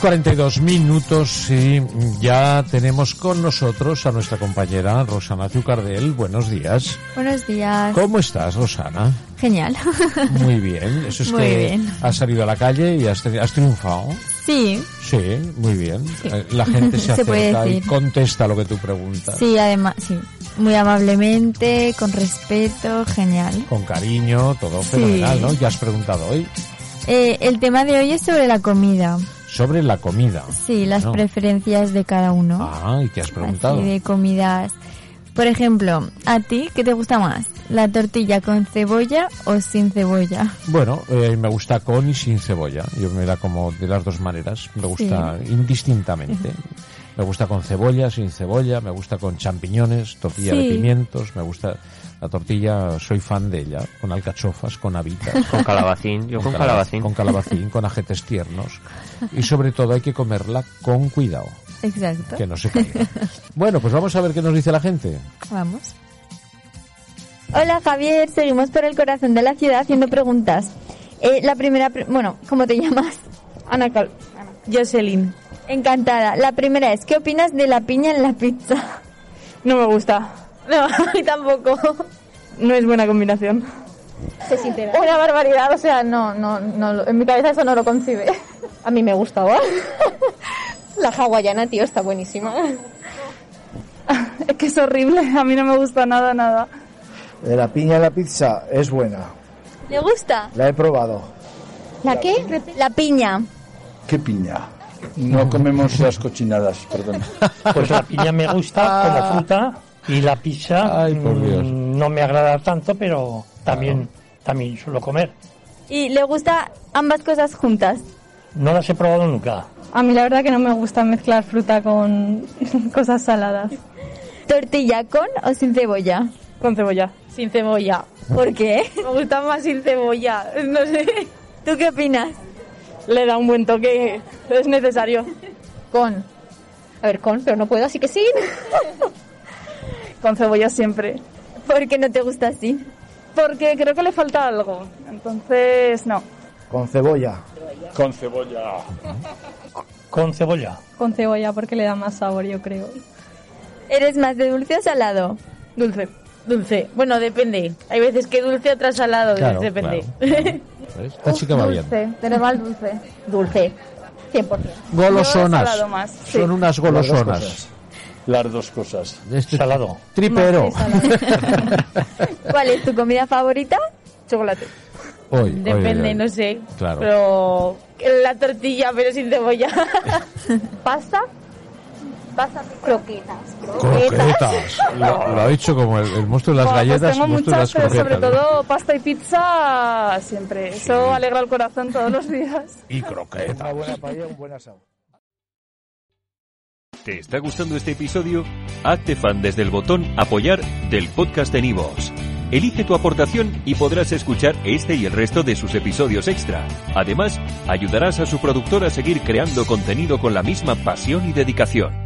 cuarenta y dos minutos y ya tenemos con nosotros a nuestra compañera Rosana Zucardel. Buenos días. Buenos días. ¿Cómo estás, Rosana? Genial. Muy bien. Eso es Muy que bien. has salido a la calle y has, tri- has triunfado. sí, Sí, muy bien. Eh, La gente se, Se puede acerca y decir. contesta lo que tú preguntas. sí, además, sí. Muy amablemente, con respeto, genial. Con cariño, todo Sí. fenomenal, ¿no? Ya has preguntado hoy Eh, el tema de hoy es sobre la comida. sobre la comida. Sí, las No. preferencias de cada uno. Ah, ¿y qué has preguntado? Así de comidas. Por ejemplo, ¿a ti qué te gusta más? ¿La tortilla con cebolla o sin cebolla? Bueno, eh, me gusta con y sin cebolla. Yo me da como de las dos maneras. Me gusta indistintamente. Me gusta con cebolla, sin cebolla. Me gusta con champiñones, tortilla de Sí. pimientos. Me gusta la tortilla, soy fan de ella. Con alcachofas, con habitas. Con calabacín, yo con calabac- calabacín. Con calabacín, con ajetes tiernos. Y sobre todo hay que comerla con cuidado, Exacto. que no se caiga. Bueno, pues vamos a ver qué nos dice la gente. Vamos. Hola Javier, seguimos por el corazón de la ciudad haciendo preguntas. Eh, la primera, pre- bueno, ¿cómo te llamas? Ana Cal... Jocelyn. Encantada. La primera es, ¿qué opinas de la piña en la pizza? No me gusta. No, y tampoco. No es buena combinación. Una barbaridad, o sea, no, no, no, lo- en mi cabeza eso no lo concibe. A mí me gustaba. La hawaiana, tío, está buenísima. Es que es horrible. A mí no me gusta nada, nada. De la piña en la pizza es buena. ¿Le gusta? La he probado. ¿La qué? La piña. ¿Qué piña? No comemos las cochinadas, perdón. Pues la piña me gusta como fruta y la pizza Ay, por mm, Dios. no me agrada tanto, pero también también suelo comer. ¿Y le gusta ambas cosas juntas? No las he probado nunca. A mí la verdad que no me gusta mezclar fruta con cosas saladas. ¿Tortilla con o sin cebolla? Con cebolla. Sin cebolla. ¿Por qué? Me gusta más sin cebolla. No sé. ¿Tú qué opinas? Le da un buen toque. Es necesario. Con. A ver, con, pero no puedo, así que sí. Con cebolla siempre. ¿Por qué no te gusta así? Porque creo que le falta algo. Entonces, no. Con cebolla. Con cebolla. Con cebolla porque le da más sabor, yo creo. ¿Eres más de dulce o salado? Dulce. Dulce. Bueno, depende. Hay veces que dulce, otras salado. Claro, Pues depende. claro. Esta chica va bien. Pero va dulce. Dulce. 100%. Yo he Golosonas. salado más, sí. Son unas Las dos golosonas. cosas. Las dos cosas. Este Salado. Tripero. ¿Cuál es tu comida favorita? Chocolate. Hoy, hoy, hoy, hoy. sé. Claro. Pero la tortilla, pero sin cebolla. ¿Pasta? Pasta croquetas. Croquetas. Lo, lo ha dicho como el, el monstruo de las Buah, pues galletas, tengo el monstruo muchas, de pero las croquetas. sobre todo pasta y pizza siempre. Eso alegra el corazón todos los días. Y croquetas. Una buena paella, un buen asado. ¿Te está gustando este episodio? Hazte fan desde el botón Apoyar del podcast de Nivos. Elige tu aportación y podrás escuchar este y el resto de sus episodios extra. Además, ayudarás a su productor a seguir creando contenido con la misma pasión y dedicación.